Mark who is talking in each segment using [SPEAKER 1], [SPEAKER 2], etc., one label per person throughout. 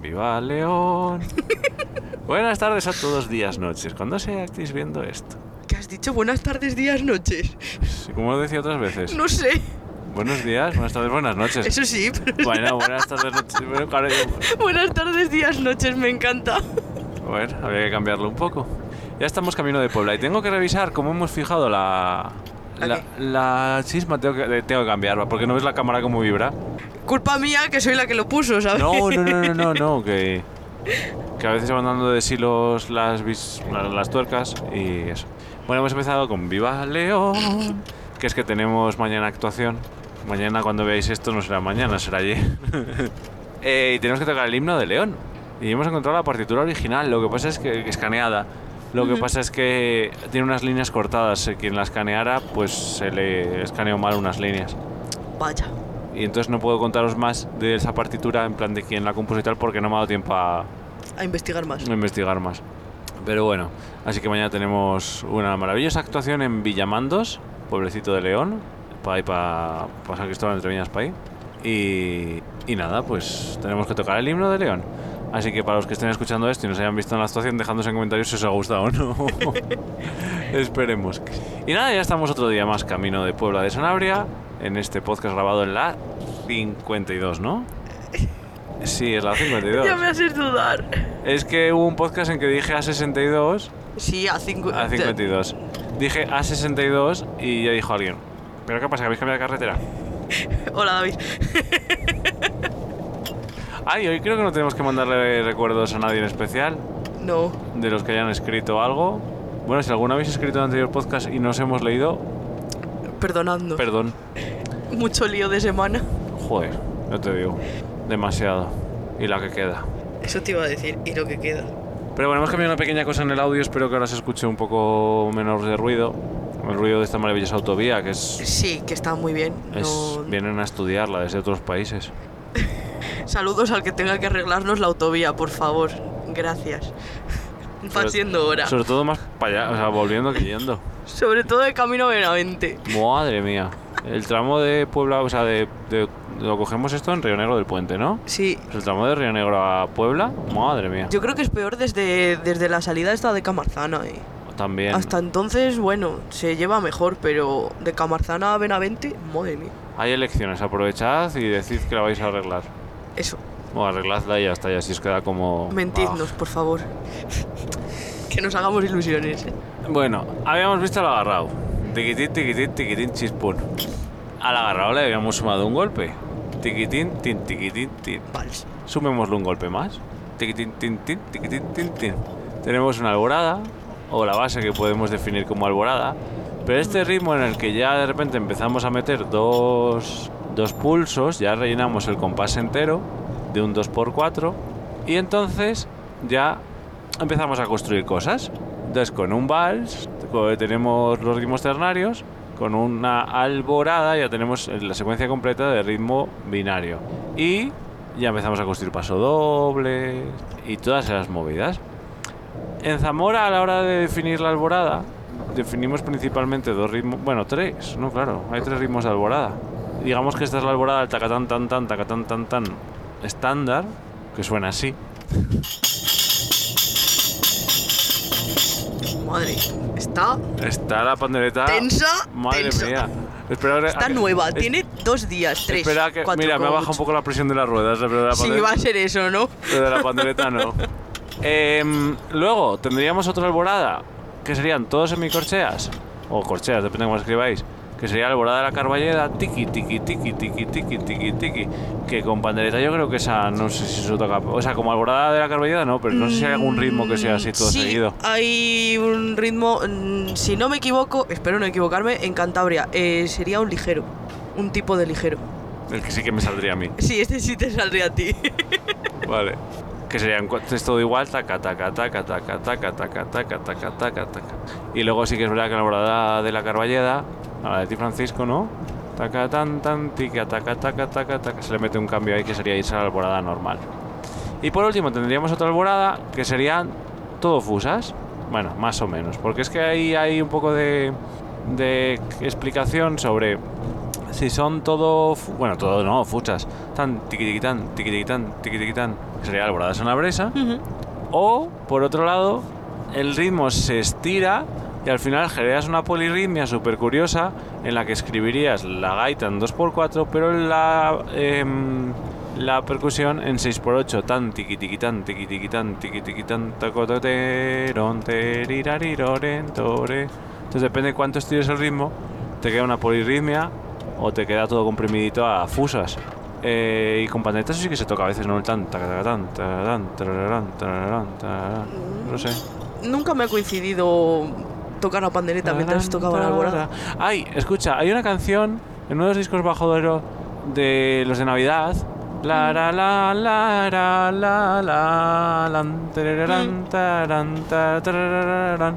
[SPEAKER 1] ¡Viva León! Buenas tardes a todos, días, noches. Cuando sea que estéis viendo esto.
[SPEAKER 2] ¿Qué has dicho? Buenas tardes, días, noches.
[SPEAKER 1] Sí, Como decía otras veces.
[SPEAKER 2] No sé.
[SPEAKER 1] Buenos días, buenas tardes, buenas noches.
[SPEAKER 2] Eso sí. pero-
[SPEAKER 1] Bueno, buenas tardes, noches. Bueno, claro, yo-
[SPEAKER 2] Buenas tardes, días, noches. Me encanta.
[SPEAKER 1] A ver, habría que cambiarlo un poco. Ya estamos camino de Puebla y tengo que revisar cómo hemos fijado la.
[SPEAKER 2] ¿La
[SPEAKER 1] La,
[SPEAKER 2] qué?
[SPEAKER 1] la chisma tengo que, tengo que cambiarla, porque no ves la cámara cómo vibra.
[SPEAKER 2] Culpa mía que soy la que lo puso, ¿sabes?
[SPEAKER 1] No, no, no, no, no, no, que, que a veces se van dando de silos las, bis- la- las, tuercas y eso. Bueno, hemos empezado con Viva León, que es que tenemos mañana actuación. Mañana cuando veáis esto no será mañana, será ayer. Eh, y tenemos que tocar el himno de León. Y hemos encontrado la partitura original, lo que pasa es que escaneada. Lo que pasa es que tiene unas líneas cortadas. eh, Quien la escaneara, pues se le escaneó mal unas líneas.
[SPEAKER 2] Vaya.
[SPEAKER 1] Y entonces no puedo contaros más de esa partitura en plan de quién la compuso y tal porque no me ha dado tiempo a
[SPEAKER 2] A investigar más.
[SPEAKER 1] investigar más. Pero bueno, así que mañana tenemos una maravillosa actuación en Villamandos, pueblecito de León, para para San Cristóbal entre Viñas para ahí. Y, y nada, pues tenemos que tocar el himno de León. Así que para los que estén escuchando esto y nos hayan visto en la actuación, dejadnos en comentarios si os ha gustado o no. Esperemos. que sí. Y nada, ya estamos otro día más camino de Puebla de Sanabria, en este podcast grabado en la 52, ¿no? Sí, es la 52.
[SPEAKER 2] Ya me haces dudar.
[SPEAKER 1] Es que hubo un podcast en que dije A62,
[SPEAKER 2] Sí, a, cincu-
[SPEAKER 1] A52. Dije A62 y ya dijo alguien, ¿pero qué pasa? ¿Que habéis cambiado de carretera?
[SPEAKER 2] Hola, David.
[SPEAKER 1] Ay, hoy creo que no tenemos que mandarle recuerdos a nadie en especial,
[SPEAKER 2] No.
[SPEAKER 1] de los que hayan escrito algo. Bueno, si alguno habéis escrito en anterior podcast y no os hemos leído,
[SPEAKER 2] Perdonadnos.
[SPEAKER 1] perdón.
[SPEAKER 2] Mucho lío de semana.
[SPEAKER 1] Joder, no te digo. Demasiado. Y la que queda.
[SPEAKER 2] Eso te iba a decir. Y lo que queda.
[SPEAKER 1] Pero bueno, hemos cambiado una pequeña cosa en el audio, espero que ahora se escuche un poco menos de ruido. El ruido de esta maravillosa autovía, que es
[SPEAKER 2] Sí, que está muy bien.
[SPEAKER 1] Es-
[SPEAKER 2] No-
[SPEAKER 1] Vienen a estudiarla desde otros países.
[SPEAKER 2] Saludos al que tenga que arreglarnos la autovía, por favor. Gracias. Va
[SPEAKER 1] Sobre-
[SPEAKER 2] siendo hora.
[SPEAKER 1] Sobre todo más para allá, o sea, volviendo que yendo.
[SPEAKER 2] Sobre todo de camino a Benavente.
[SPEAKER 1] Madre mía. El tramo de Puebla, o sea, de, de- lo cogemos esto en Río Negro del Puente, ¿no?
[SPEAKER 2] Sí.
[SPEAKER 1] Pues el tramo de Río Negro a Puebla, madre mía.
[SPEAKER 2] Yo creo que es peor desde, desde la salida esta de Camarzana. eh.
[SPEAKER 1] También.
[SPEAKER 2] Hasta entonces, bueno, se lleva mejor, pero de Camarzana a Benavente, madre mía.
[SPEAKER 1] Hay elecciones, aprovechad y decid que la vais a arreglar.
[SPEAKER 2] Eso,
[SPEAKER 1] O arregladla y ya está, y así os queda como...
[SPEAKER 2] mentidnos, por favor. que nos hagamos ilusiones. eh.
[SPEAKER 1] Ah. Bueno, habíamos visto al agarrado. Tiquitín, tiquitín, tiquitín, chispón. Al agarrado le habíamos sumado un golpe. Tiquitín, tin, tiquitín, tin.
[SPEAKER 2] Vals.
[SPEAKER 1] Sumémosle un golpe más. Tiquitín, tin, tin, tiquitín, tin, tin. Tenemos una alborada, o la base que podemos definir como alborada, pero este ritmo en el que ya de repente empezamos a meter dos, dos pulsos, ya rellenamos el compás entero de un 2x4, y entonces ya empezamos a construir cosas. Entonces, con un vals, co- tenemos los ritmos ternarios, con una alborada ya tenemos la secuencia completa de ritmo binario. Y ya empezamos a construir paso doble y todas esas movidas. En Zamora, a la hora de definir la alborada, definimos principalmente dos ritmos, bueno, tres, no, claro, hay tres ritmos de alborada. Digamos que esta es la alborada del tacatán tan tan, tacatán tan tan estándar, que suena así.
[SPEAKER 2] Madre, está
[SPEAKER 1] Está la pandereta.
[SPEAKER 2] tensa.
[SPEAKER 1] Madre
[SPEAKER 2] tensa.
[SPEAKER 1] mía. Espera, ahora-
[SPEAKER 2] Está
[SPEAKER 1] a que-
[SPEAKER 2] nueva,
[SPEAKER 1] es-
[SPEAKER 2] tiene dos días, tres,
[SPEAKER 1] Espera que,
[SPEAKER 2] cuatro.
[SPEAKER 1] mira, me ha
[SPEAKER 2] como
[SPEAKER 1] bajado un
[SPEAKER 2] mucho.
[SPEAKER 1] poco la presión de las ruedas, pero de la
[SPEAKER 2] Sí,
[SPEAKER 1] pandereta-
[SPEAKER 2] va a ser eso, ¿no?
[SPEAKER 1] Lo de la pandereta no. Em, luego tendríamos otra alborada, que serían todos semicorcheas, o corcheas, depende de cómo escribáis, que sería la alborada de la carballeda, tiki, tiki, tiki, tiki, tiki, tiki, tiki, que con pandereta yo creo que esa, no sé si se toca, o sea, como alborada de la carballeda no, pero no sé si hay algún ritmo que sea así todo
[SPEAKER 2] Mm, sí,
[SPEAKER 1] seguido.
[SPEAKER 2] Hay un ritmo, mm, si no me equivoco, espero no equivocarme, en Cantabria. eh, sería un ligero, un tipo de ligero.
[SPEAKER 1] El que sí que me saldría a mí.
[SPEAKER 2] Sí, este sí te saldría a ti.
[SPEAKER 1] Vale. Que serían cu- es todo igual, taca, taca, taca, taca, taca, taca, taca, taca, taca, taca. Y luego sí que es verdad que la morada de la Carballeda, a la de ti Francisco, ¿no? Taca, tan, tan, tica, taca, taca, taca, taca. Se le mete un cambio ahí que sería irse a la alborada normal. Y por último tendríamos otra alborada que serían todo fusas. Bueno, más o menos. Porque es que ahí hay un poco de, de explicación sobre si son todo. fu- Bueno, todo no, fuchas. Tan, tiquitiquitán, tiquitiquitán, tiquitiquitán. Sería alboradas en la bresa.
[SPEAKER 2] Ujú.
[SPEAKER 1] O, por otro lado, el ritmo se estira y al final generas una polirritmia súper curiosa en la que escribirías la gaita en 2x4, pero la, em, la percusión en 6x8. Tan tiqui tiqui tan tiqui tiqui tan tiqui tiqui tan tacototeron terirariroren tore. Entonces depende de cuánto estires el ritmo, te queda una polirritmia o te queda todo comprimidito a fusas. Eh, y con panderetas sí que se toca a veces, ¿no? El tan, taca, taca, tan, tararán, tararán, tararán, tararán. No sé.
[SPEAKER 2] Nunca me ha coincidido tocar la pandereta mientras tocaba la alborada.
[SPEAKER 1] Ay, escucha, hay una canción en uno de los discos bajo duero de los de Navidad. La la la la la la la lan, tarararán, tarán, ta, tarararán.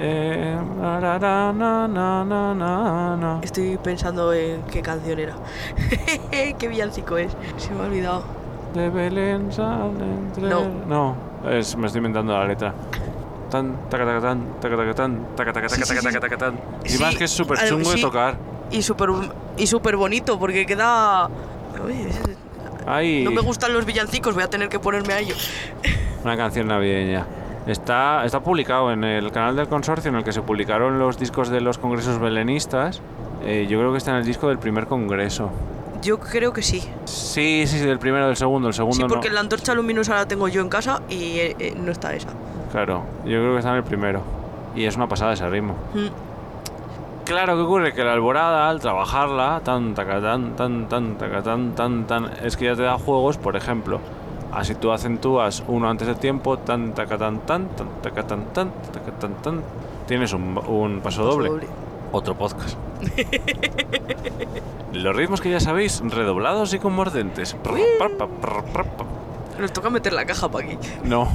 [SPEAKER 1] Eh, la, la, la, na, na, na, na, na.
[SPEAKER 2] Estoy pensando en qué canción era. qué villancico es. Se me ha olvidado.
[SPEAKER 1] De Belén salen tres-
[SPEAKER 2] No.
[SPEAKER 1] No, es- me estoy inventando la letra. Tan, taca, taca, tan, taca, taca, tan, taca, taca,
[SPEAKER 2] Sí,
[SPEAKER 1] taca,
[SPEAKER 2] sí,
[SPEAKER 1] taca,
[SPEAKER 2] sí.
[SPEAKER 1] taca, taca, tan. Y
[SPEAKER 2] Sí,
[SPEAKER 1] más que es súper
[SPEAKER 2] al-
[SPEAKER 1] chungo de
[SPEAKER 2] sí.
[SPEAKER 1] tocar.
[SPEAKER 2] Y súper y súper bonito porque queda... Uy, es-
[SPEAKER 1] Ay,
[SPEAKER 2] No me gustan los villancicos, voy a tener que ponerme a ello.
[SPEAKER 1] una canción navideña. Está, está publicado en el canal del consorcio en el que se publicaron los discos de los congresos belenistas. Eh, yo creo que está en el disco del primer congreso.
[SPEAKER 2] Yo creo que sí.
[SPEAKER 1] Sí, sí, sí, del primero, del segundo, el segundo
[SPEAKER 2] Sí,
[SPEAKER 1] no.
[SPEAKER 2] porque la antorcha luminosa la tengo yo en casa y eh, eh, no está esa.
[SPEAKER 1] Claro, yo creo que está en el primero. Y es una pasada ese ritmo.
[SPEAKER 2] Mm.
[SPEAKER 1] Claro que ocurre que la alborada, al trabajarla, tan, taca, tan, tan, tan, taca, tan, tan, tan, es que ya te da juegos, por ejemplo. Así tú acentúas uno antes de tiempo, tan, taca, tan, tan, tan, taca, tan, tan, taca, tan, tan. Tienes un, un paso doble. Otro podcast. Los ritmos que ya sabéis, redoblados y con mordentes. Prr, prr, prr, prr, prr, prr.
[SPEAKER 2] Nos toca meter la caja para aquí.
[SPEAKER 1] No.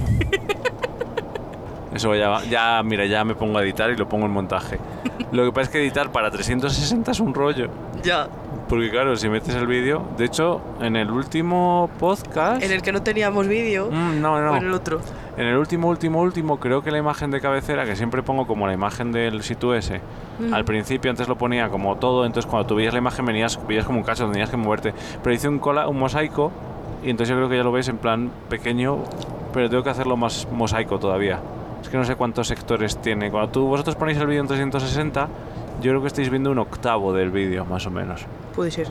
[SPEAKER 1] Eso ya, va- ya, mira, ya me pongo a editar y lo pongo en montaje. Lo que pasa es que editar para 360 es un rollo.
[SPEAKER 2] Ya.
[SPEAKER 1] Porque claro, si metes el vídeo... De hecho, en el último podcast...
[SPEAKER 2] En el que no teníamos vídeo.
[SPEAKER 1] Mm, no, no.
[SPEAKER 2] o en el otro.
[SPEAKER 1] En el último, último, último, creo que la imagen de cabecera, que siempre pongo como la imagen del sitio ese,
[SPEAKER 2] Mm.
[SPEAKER 1] al principio antes lo ponía como todo, entonces cuando tú veías la imagen venías, veías como un cacho, tenías que moverte. Pero hice un, cola, un mosaico y entonces yo creo que ya lo veis en plan pequeño, pero tengo que hacerlo más mosaico todavía. Es que no sé cuántos sectores tiene. Cuando tú, vosotros ponéis el vídeo en 360, yo creo que estáis viendo un octavo del vídeo, más o menos.
[SPEAKER 2] Puede ser.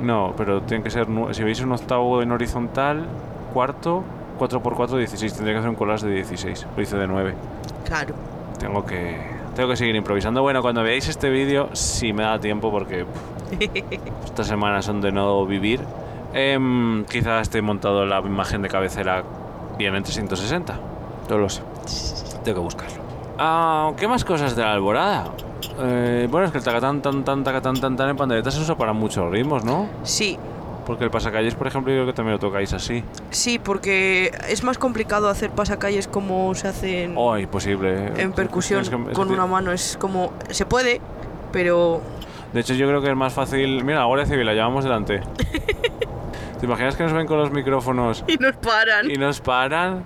[SPEAKER 1] No, pero tiene que ser. nu- Si veis un octavo en horizontal, cuarto, 4x4, 16. Tendría que hacer un collage de 16. Lo hice de 9.
[SPEAKER 2] Claro.
[SPEAKER 1] Tengo que. Tengo que seguir improvisando. Bueno, cuando veáis este vídeo, si me da tiempo, porque pff, estas semanas son de no vivir. Em, quizás esté montado la imagen de cabecera bien en 360. No lo sé. Tengo que buscarlo. Ah, ¿Qué más cosas de la alborada? Eh, bueno, es que el tacatán, tan, tan, tacatán, tan, tan en pandereta se usa para muchos ritmos, ¿no?
[SPEAKER 2] Sí.
[SPEAKER 1] Porque el pasacalles, por ejemplo, yo creo que también lo tocáis así.
[SPEAKER 2] Sí, porque es más complicado hacer pasacalles como se hace en,
[SPEAKER 1] Oh, imposible.
[SPEAKER 2] Mm. en percusión
[SPEAKER 1] Es que- es
[SPEAKER 2] con
[SPEAKER 1] que-
[SPEAKER 2] una mano. Es como. Se puede, pero.
[SPEAKER 1] De hecho, yo creo que es más fácil. Mira, la Guardia Civil la llevamos delante. ¿Te imaginas que nos ven con los micrófonos
[SPEAKER 2] Y nos paran.
[SPEAKER 1] y nos paran?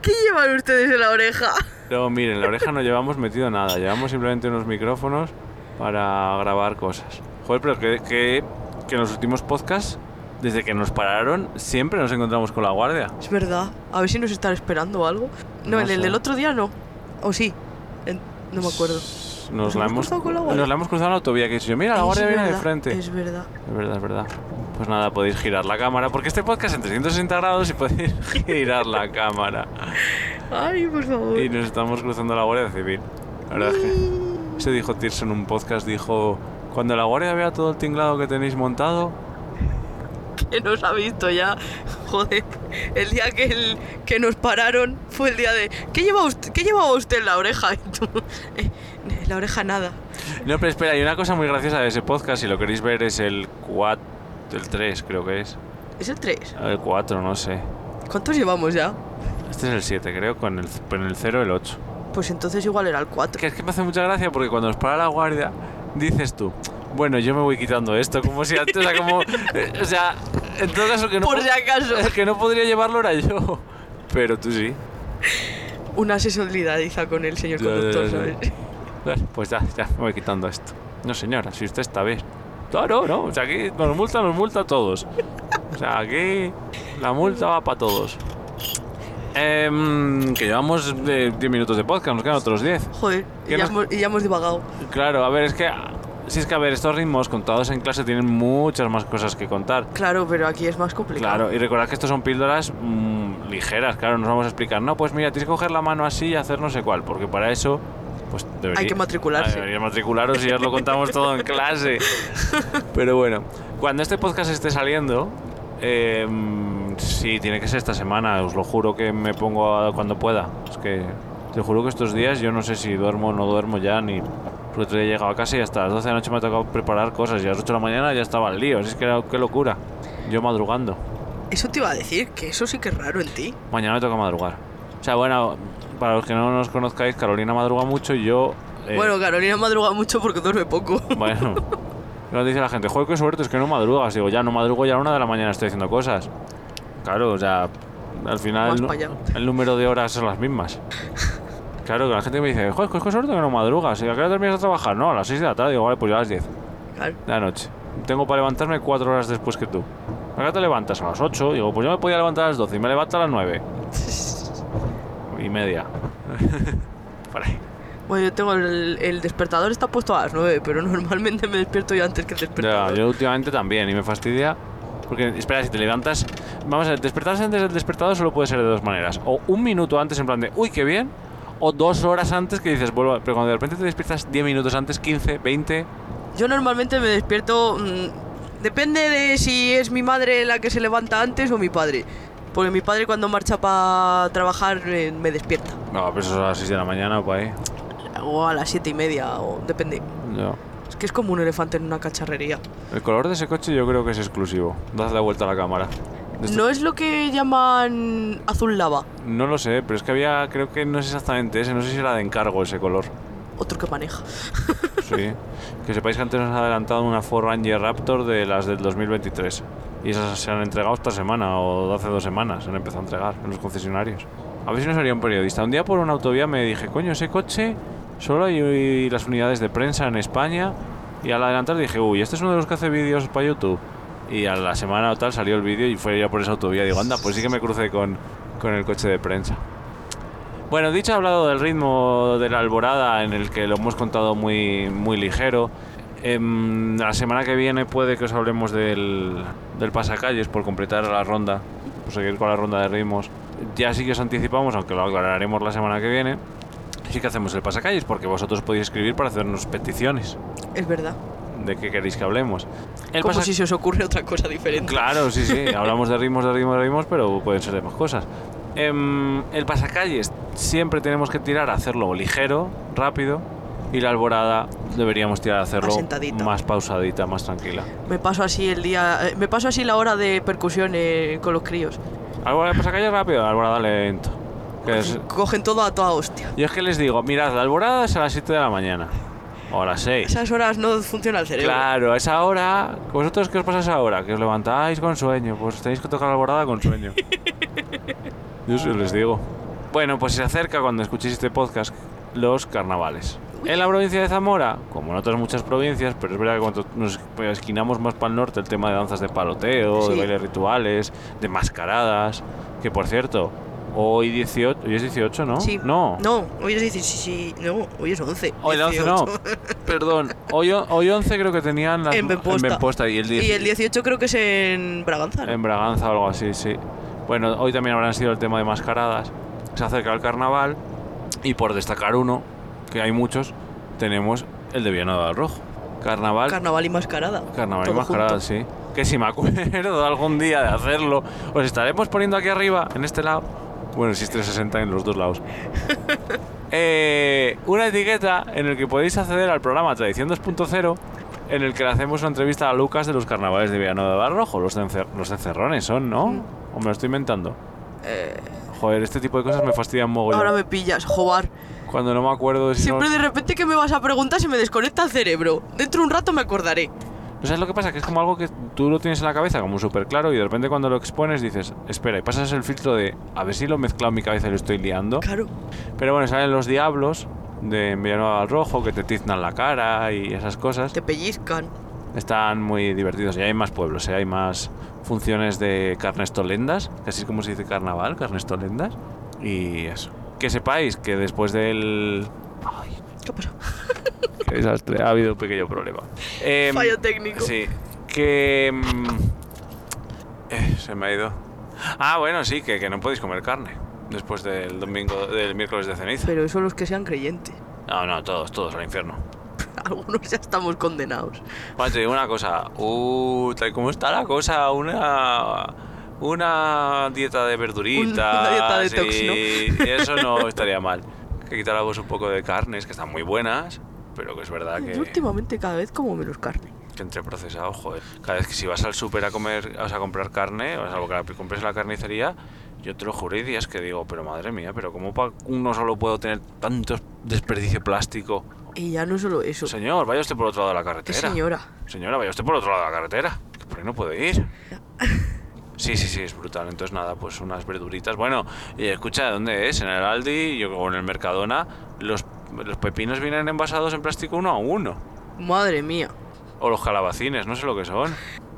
[SPEAKER 2] ¿Qué llevan ustedes en la oreja?
[SPEAKER 1] No, miren, en la oreja no llevamos metido nada. Llevamos simplemente unos micrófonos para grabar cosas. Joder, pero que, que, que en los últimos podcasts, desde que nos pararon, siempre nos encontramos con la Guardia.
[SPEAKER 2] Es verdad. A ver si nos están esperando o algo. No,
[SPEAKER 1] No
[SPEAKER 2] en el
[SPEAKER 1] sé.
[SPEAKER 2] del otro día no. O sí. En- no me acuerdo.
[SPEAKER 1] Nos,
[SPEAKER 2] ¿Nos
[SPEAKER 1] la
[SPEAKER 2] hemos
[SPEAKER 1] hemos,
[SPEAKER 2] cruzado con la Guardia?
[SPEAKER 1] nos la hemos cruzado en la autovía que he dicho yo, Mira, la
[SPEAKER 2] Es
[SPEAKER 1] Guardia viene de
[SPEAKER 2] verdad,
[SPEAKER 1] frente.
[SPEAKER 2] Es verdad.
[SPEAKER 1] Es verdad, es verdad. Pues nada, podéis girar la cámara, porque este podcast es en 360 grados y podéis girar la cámara.
[SPEAKER 2] Ay, por favor.
[SPEAKER 1] Y nos estamos cruzando la Guardia Civil. La verdad es que se dijo Tirso en un podcast, dijo, cuando la Guardia vea todo el tinglado que tenéis montado,
[SPEAKER 2] que nos ha visto ya. Joder, el día que, el- que nos pararon fue el día de. ¿Qué llevaba usted, qué llevaba usted en la oreja? Y tú, "Eh, en la oreja nada.
[SPEAKER 1] No, pero espera, hay una cosa muy graciosa de ese podcast, si lo queréis ver es el 4, el 3 creo que es,
[SPEAKER 2] Es el 3.
[SPEAKER 1] el 4, no sé.
[SPEAKER 2] ¿Cuántos llevamos ya?
[SPEAKER 1] Este es el 7 creo, con el, con el 0 el 8.
[SPEAKER 2] Pues entonces igual era el 4.
[SPEAKER 1] Que es que me hace mucha gracia porque cuando nos para la guardia, dices tú, bueno, yo me voy quitando esto, como si antes, o sea, como, eh, o sea, en todo caso, el que no,
[SPEAKER 2] Por
[SPEAKER 1] po-
[SPEAKER 2] si acaso.
[SPEAKER 1] el que no podría llevarlo era yo, pero tú sí.
[SPEAKER 2] Una se solidariza con el señor
[SPEAKER 1] Ya, ya,
[SPEAKER 2] conductor,
[SPEAKER 1] ya, ya.
[SPEAKER 2] ¿sabes?
[SPEAKER 1] Vale, Pues ya, ya me voy quitando esto. No, señora, si usted está bien. Claro, no. O sea, aquí nos multa, nos multa a todos. O sea, aquí la multa va para todos. Em, que llevamos eh, 10 minutos de podcast, nos quedan otros 10.
[SPEAKER 2] Joder, y
[SPEAKER 1] ¿Qué
[SPEAKER 2] ya,
[SPEAKER 1] nos-
[SPEAKER 2] hemos, y ya hemos divagado.
[SPEAKER 1] Claro, a ver, es que. Si es que, a ver, estos ritmos contados en clase tienen muchas más cosas que contar.
[SPEAKER 2] Claro, pero aquí es más complicado.
[SPEAKER 1] Claro, y recordad que estos son píldoras mm, ligeras, claro, nos vamos a explicar. No, pues mira, tienes que coger la mano así y hacer no sé cuál, porque para eso, pues debería-
[SPEAKER 2] Hay que matricularse.
[SPEAKER 1] Ah, Deberíais matricularos y ya os lo contamos todo en clase. Pero bueno, cuando este podcast esté saliendo, eh, sí, tiene que ser esta semana, os lo juro que me pongo a- cuando pueda. Es que te juro que estos días yo no sé si duermo o no duermo ya, ni. El otro día he llegado a casa y hasta las 12 de la noche me ha tocado preparar cosas y a las 8 de la mañana ya estaba el lío. Así es que era- qué locura. Yo madrugando.
[SPEAKER 2] Eso te iba a decir, que eso sí que es raro en ti.
[SPEAKER 1] Mañana me toca madrugar. O sea, bueno, para los que no nos conozcáis, Carolina madruga mucho y yo. eh,
[SPEAKER 2] Bueno, Carolina madruga mucho porque duerme poco.
[SPEAKER 1] Bueno. Nos dice la gente, joder, qué suerte, es que no madrugas. Digo, ya no madrugo, ya a la una de la mañana estoy haciendo cosas. Claro, o sea, al final
[SPEAKER 2] Vas
[SPEAKER 1] el, nu-
[SPEAKER 2] pa' allá.
[SPEAKER 1] el número de horas son las mismas. Claro, que la gente me dice, joder, qué suerte que no madrugas. ¿Y a qué hora terminas de trabajar? No, a las 6 de la tarde. Digo, vale, pues ya a las 10
[SPEAKER 2] Claro.
[SPEAKER 1] de la noche. Tengo para levantarme cuatro horas después que tú. Acá te levantas a las 8, digo, pues yo me podía levantar a las 12 y me levanto a las 9 y media. Por ahí.
[SPEAKER 2] Bueno, yo tengo el, el despertador está puesto a las 9, pero normalmente me despierto yo antes que el
[SPEAKER 1] Ya,
[SPEAKER 2] despertador.
[SPEAKER 1] yo últimamente también y me fastidia. Porque, espera, si te levantas. Vamos a ver, despertarse antes del despertador solo puede ser de dos maneras. O un minuto antes, en plan de, uy, qué bien. O dos horas antes que dices, vuelvo. a-". Pero cuando de repente te despiertas 10 minutos antes, 15, 20.
[SPEAKER 2] Yo normalmente me despierto. mm, depende de si es mi madre la que se levanta antes o mi padre. Porque mi padre cuando marcha para trabajar eh, me despierta.
[SPEAKER 1] No, pero eso es a las 6 de la mañana o por ahí.
[SPEAKER 2] O a las siete y media, o depende.
[SPEAKER 1] No.
[SPEAKER 2] Es que es como un elefante en una cacharrería.
[SPEAKER 1] El color de ese coche yo creo que es exclusivo. Dad la vuelta a la cámara. De esto-
[SPEAKER 2] No es lo que llaman azul lava,
[SPEAKER 1] no lo sé, pero es que había, creo que no es exactamente ese, no sé si era de encargo ese color.
[SPEAKER 2] otro que maneja.
[SPEAKER 1] Sí. que sepáis que antes nos ha adelantado una Ford Ranger Raptor de las del 2023. Y esas se han entregado esta semana o hace dos semanas. Se han empezado a entregar en los concesionarios. A ver si no sería un periodista. Un día por una autovía me dije, coño, ese coche solo hay las unidades de prensa en España. Y al adelantar dije, uy, este es uno de los que hace vídeos para YouTube. Y a la semana o tal salió el vídeo y fue ya por esa autovía. Digo, anda, pues sí que me crucé con, con el coche de prensa. Bueno, dicho hablado del ritmo de la alborada, en el que lo hemos contado muy, muy ligero, em, la semana que viene puede que os hablemos del, del pasacalles por completar la ronda, por seguir con la ronda de ritmos. Ya sí que os anticipamos, aunque lo aclararemos la semana que viene, sí que hacemos el pasacalles, porque vosotros podéis escribir para hacernos peticiones
[SPEAKER 2] Es verdad.
[SPEAKER 1] de qué queréis que hablemos. El
[SPEAKER 2] como
[SPEAKER 1] pasa-
[SPEAKER 2] si se os ocurre otra cosa diferente.
[SPEAKER 1] Claro, sí, sí. Hablamos de ritmos, de ritmos, de ritmos, pero pueden ser de más cosas. Em, el pasacalles siempre tenemos que tirar a hacerlo ligero, rápido. Y la alborada deberíamos tirar a hacerlo
[SPEAKER 2] Asentadita.
[SPEAKER 1] más pausadita, más tranquila.
[SPEAKER 2] Me paso así el día, eh, me paso así la hora de percusión eh, con los críos.
[SPEAKER 1] Alborada de pasacalles rápido, alborada lento. Que es-
[SPEAKER 2] Cogen todo a toda hostia.
[SPEAKER 1] Yo es que les digo, mirad, la alborada es a las 7 de la mañana. O a las 6.
[SPEAKER 2] Esas horas no funciona el cerebro.
[SPEAKER 1] Claro, a esa hora. ¿Vosotros qué os pasa a esa hora? Que os levantáis con sueño. Pues tenéis que tocar la bordada con sueño. Yo se les digo. Bueno, pues se acerca cuando escuchéis este podcast los carnavales. En la provincia de Zamora, como en otras muchas provincias, pero es verdad que cuando nos esquinamos más para el norte, el tema de danzas de paloteo,
[SPEAKER 2] Sí.
[SPEAKER 1] de bailes rituales, de mascaradas, que por cierto, hoy 18, hoy es 18, ¿no?
[SPEAKER 2] Sí.
[SPEAKER 1] No.
[SPEAKER 2] No, hoy es 17, no, hoy es 11.
[SPEAKER 1] Hoy el 11 no.
[SPEAKER 2] 18.
[SPEAKER 1] Perdón. Hoy, o- hoy 11 creo que tenían las,
[SPEAKER 2] En Benposta.
[SPEAKER 1] Benposta y el 10
[SPEAKER 2] Y el 18 creo que es en Braganza. ¿no?
[SPEAKER 1] en Braganza o algo así, sí. Bueno, hoy también habrán sido el tema de mascaradas. Se acerca el carnaval y por destacar uno, que hay muchos, tenemos el de Villanueva del Rojo. Carnaval,
[SPEAKER 2] Carnaval y mascarada.
[SPEAKER 1] carnaval y
[SPEAKER 2] Todo
[SPEAKER 1] mascaradas, sí. Que si me acuerdo algún día de hacerlo, os estaremos poniendo aquí arriba, en este lado. Bueno, si es 360 en los dos lados. Eh, una etiqueta en el que podéis acceder al programa Tradición 2.0 en el que le hacemos una entrevista a Lucas de los carnavales de Villanueva del Rojo. Los, de encer- los de Cerrones son, ¿no? ¿O me lo estoy inventando? Joder, este tipo de cosas me fastidian
[SPEAKER 2] junto.
[SPEAKER 1] mogollón.
[SPEAKER 2] Eh. Ahora me pillas, jobar.
[SPEAKER 1] Cuando no me acuerdo de si
[SPEAKER 2] Siempre
[SPEAKER 1] no-
[SPEAKER 2] de repente que me vas a preguntar se me desconecta el cerebro. Dentro de un rato me acordaré.
[SPEAKER 1] ¿No sabes lo que pasa? Que es como algo que tú lo tienes en la cabeza como súper claro y de repente cuando lo expones dices, espera, y pasas el filtro de, a ver si lo he mezclado en mi cabeza y lo estoy liando.
[SPEAKER 2] Claro.
[SPEAKER 1] Pero bueno, salen los diablos de Villanueva del Rojo que te tiznan la cara y esas cosas.
[SPEAKER 2] Te pellizcan.
[SPEAKER 1] Están muy divertidos y hay más pueblos, ¿eh? hay más funciones de carnes tolendas, que así es como se dice carnaval, carnes tolendas. Y eso. Que sepáis que después del... Ay,
[SPEAKER 2] ¿Qué pasó?
[SPEAKER 1] qué desastre, ha habido un pequeño problema. Em,
[SPEAKER 2] Fallo técnico.
[SPEAKER 1] Sí. Que... mm, eh, se me ha ido. Ah, bueno, sí, que, que no podéis comer carne después del domingo, del miércoles de ceniza.
[SPEAKER 2] Pero eso los que sean creyentes.
[SPEAKER 1] No, no, todos, todos al infierno.
[SPEAKER 2] Algunos ya estamos condenados.
[SPEAKER 1] Bueno, te digo una cosa. Uh, tal como está la cosa, una una dieta de verduritas
[SPEAKER 2] Una dieta de
[SPEAKER 1] y, y eso no estaría mal. Que quitáramos un poco de carnes, que están muy buenas, pero que es verdad que,
[SPEAKER 2] Yo últimamente cada vez como menos carne.
[SPEAKER 1] que entre procesados, joder. Cada vez que si vas al súper a comer, o sea, a comprar carne, o sea, lo que la compres en la carnicería, yo te lo juro, hay días que digo, pero madre mía, pero ¿cómo pa uno solo puedo tener tanto desperdicio plástico?
[SPEAKER 2] Y ya no solo eso.
[SPEAKER 1] Señor, vaya usted por otro lado de la
[SPEAKER 2] ¿Qué
[SPEAKER 1] carretera.
[SPEAKER 2] señora?
[SPEAKER 1] Señora, vaya usted por otro lado de la carretera. que Por ahí no puede ir. Sí, sí, sí, es brutal. Entonces, nada, pues unas verduritas. Bueno, y escucha, ¿dónde es? En el Aldi yo- o en el Mercadona, los, los pepinos vienen envasados en plástico uno a uno.
[SPEAKER 2] Madre mía.
[SPEAKER 1] O los calabacines, no sé lo que son.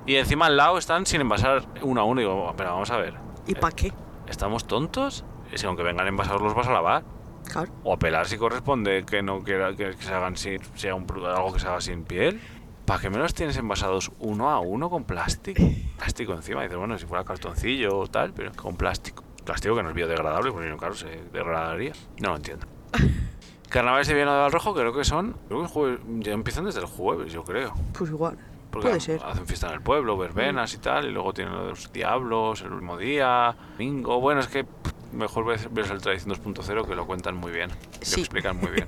[SPEAKER 1] Y encima al lado están sin envasar uno a uno. Y digo, pero vamos a ver,
[SPEAKER 2] ¿Y para qué?
[SPEAKER 1] ¿estamos tontos? Es que aunque vengan envasados los vas a lavar.
[SPEAKER 2] Claro.
[SPEAKER 1] O apelar si corresponde que no quiera que, que se hagan sin, sea un, pro- algo que se haga sin piel. ¿Para qué me los tienes envasados uno a uno con plástico? Plástico encima. Dices, bueno, si fuera cartoncillo o tal, pero con plástico. Plástico que no es biodegradable, porque no, claro, se degradaría. No lo entiendo. Carnavales de Villanueva del Rojo creo que son... Creo que el jueves- ya empiezan desde el jueves, yo creo.
[SPEAKER 2] Pues igual.
[SPEAKER 1] Porque
[SPEAKER 2] Puede
[SPEAKER 1] ha-
[SPEAKER 2] ser. Mm.
[SPEAKER 1] hacen fiesta en el pueblo, verbenas y tal, y luego tienen lo de los diablos, el último día, domingo. Bueno, es que pff, mejor ves, ves el Tradición 2.0 que lo cuentan muy bien,
[SPEAKER 2] Sí.
[SPEAKER 1] lo explican muy bien.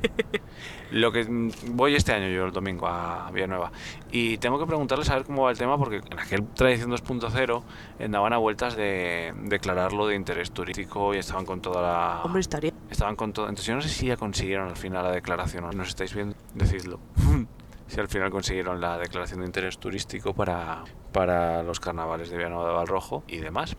[SPEAKER 1] lo que mm, voy este año yo el domingo a Villanueva y tengo que preguntarles a ver cómo va el tema porque en aquel Tradición 2.0 andaban eh, a vueltas de declararlo de interés turístico y estaban con toda la
[SPEAKER 2] Hombre, estaría.
[SPEAKER 1] Estaban con todo. Entonces yo no sé si ya consiguieron al final la declaración. ¿Nos estáis viendo? Decidlo. si al final consiguieron la declaración de interés turístico para, para los carnavales de Villanueva del Rojo y demás.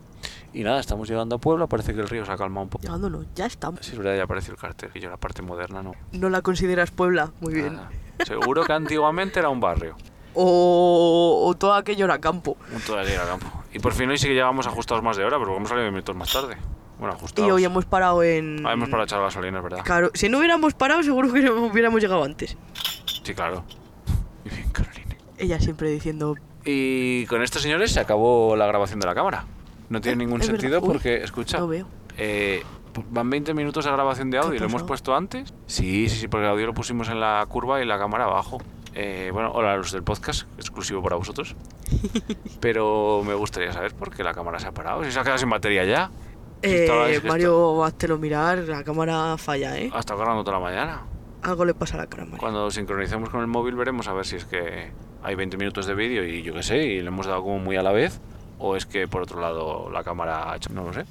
[SPEAKER 1] Y nada, estamos llegando a Puebla. Parece que el río se ha calmado un poco.
[SPEAKER 2] Llegándonos, ya estamos.
[SPEAKER 1] Sí, es verdad, ya aparece el cartel. Y yo la parte moderna no.
[SPEAKER 2] No la consideras Puebla. Muy bien.
[SPEAKER 1] Nada. Seguro que antiguamente era un barrio.
[SPEAKER 2] O, o todo aquello era campo.
[SPEAKER 1] Un todavía era campo. Y por fin hoy sí que llegamos ajustados más de hora, pero hemos salido 10 minutos más tarde. Bueno, ajustados.
[SPEAKER 2] Y hoy hemos parado en.
[SPEAKER 1] Ah, hemos parado a echar gasolina, es ¿verdad?
[SPEAKER 2] Claro, si no hubiéramos parado, seguro que no hubiéramos llegado antes.
[SPEAKER 1] Sí, claro. Y bien, Carolina.
[SPEAKER 2] Ella siempre diciendo.
[SPEAKER 1] Y con estos señores se acabó la grabación de la cámara. No tiene
[SPEAKER 2] Eh,
[SPEAKER 1] ningún
[SPEAKER 2] es verdad.
[SPEAKER 1] sentido
[SPEAKER 2] Uy,
[SPEAKER 1] porque, escucha,
[SPEAKER 2] No veo.
[SPEAKER 1] eh, van 20 minutos de grabación de audio. ¿Lo
[SPEAKER 2] ha
[SPEAKER 1] hemos
[SPEAKER 2] pasado?
[SPEAKER 1] puesto antes? Sí, sí, sí, porque el audio lo pusimos en la curva y la cámara abajo. Eh, bueno, hola a los del podcast, exclusivo para vosotros. Pero me gustaría saber por qué la cámara se ha parado. Si se ha quedado sin batería ya. Si
[SPEAKER 2] Eh,
[SPEAKER 1] estaba- Ah. si está-
[SPEAKER 2] Mario, lo mirar, la cámara falla, ¿eh?
[SPEAKER 1] Ha estado cargando toda la mañana.
[SPEAKER 2] Algo le pasa a la cámara.
[SPEAKER 1] Cuando sincronicemos con el móvil veremos a ver si es que hay 20 minutos de vídeo y yo qué sé, y le hemos dado como muy a la vez, o es que por otro lado la cámara ha hecho- no lo sé.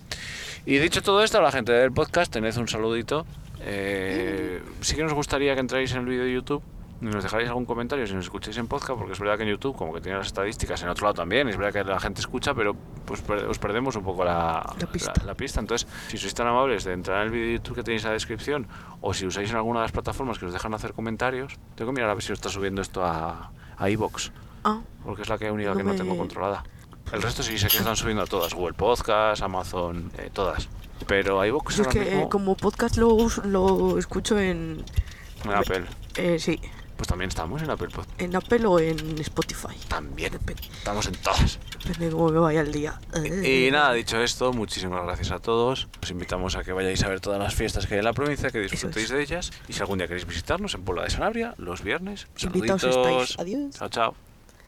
[SPEAKER 1] Y dicho todo esto, a la gente del podcast, tened un saludito. Eh, sí que nos gustaría que entráis en el vídeo de YouTube. y Nos dejaréis algún comentario si nos escucháis en podcast, porque es verdad que en YouTube, como que tiene las estadísticas, en otro lado también, es verdad que la gente escucha, pero pues per- os perdemos un poco la,
[SPEAKER 2] La pista.
[SPEAKER 1] la pista. Entonces, si sois tan amables de entrar en el vídeo de YouTube que tenéis en la descripción, o si usáis en alguna de las plataformas que os dejan hacer comentarios, tengo que mirar a ver si os está subiendo esto a, a iVoox,
[SPEAKER 2] Ah,
[SPEAKER 1] porque es la que única
[SPEAKER 2] No
[SPEAKER 1] que no
[SPEAKER 2] me-
[SPEAKER 1] tengo controlada. El resto sí sé que están subiendo a todas, Google Podcast, Amazon, eh, todas. Pero iVoox
[SPEAKER 2] yo es
[SPEAKER 1] ahora
[SPEAKER 2] que eh,
[SPEAKER 1] mismo
[SPEAKER 2] como podcast lo, us- lo escucho en.
[SPEAKER 1] en Apple.
[SPEAKER 2] eh, sí,
[SPEAKER 1] Pues también estamos en Apple Podcast.
[SPEAKER 2] en Apple o en Spotify.
[SPEAKER 1] También
[SPEAKER 2] Depende,
[SPEAKER 1] estamos en todas.
[SPEAKER 2] depende de cómo me vaya el día.
[SPEAKER 1] Y Eh, nada, dicho esto, muchísimas gracias a todos. Os invitamos a que vayáis a ver todas las fiestas que hay en la provincia, que disfrutéis
[SPEAKER 2] es.
[SPEAKER 1] de ellas. Y si algún día queréis visitarnos en Puebla de Sanabria, los viernes,
[SPEAKER 2] Invitaos
[SPEAKER 1] saluditos.
[SPEAKER 2] estáis. Adiós.
[SPEAKER 1] Chao, chao.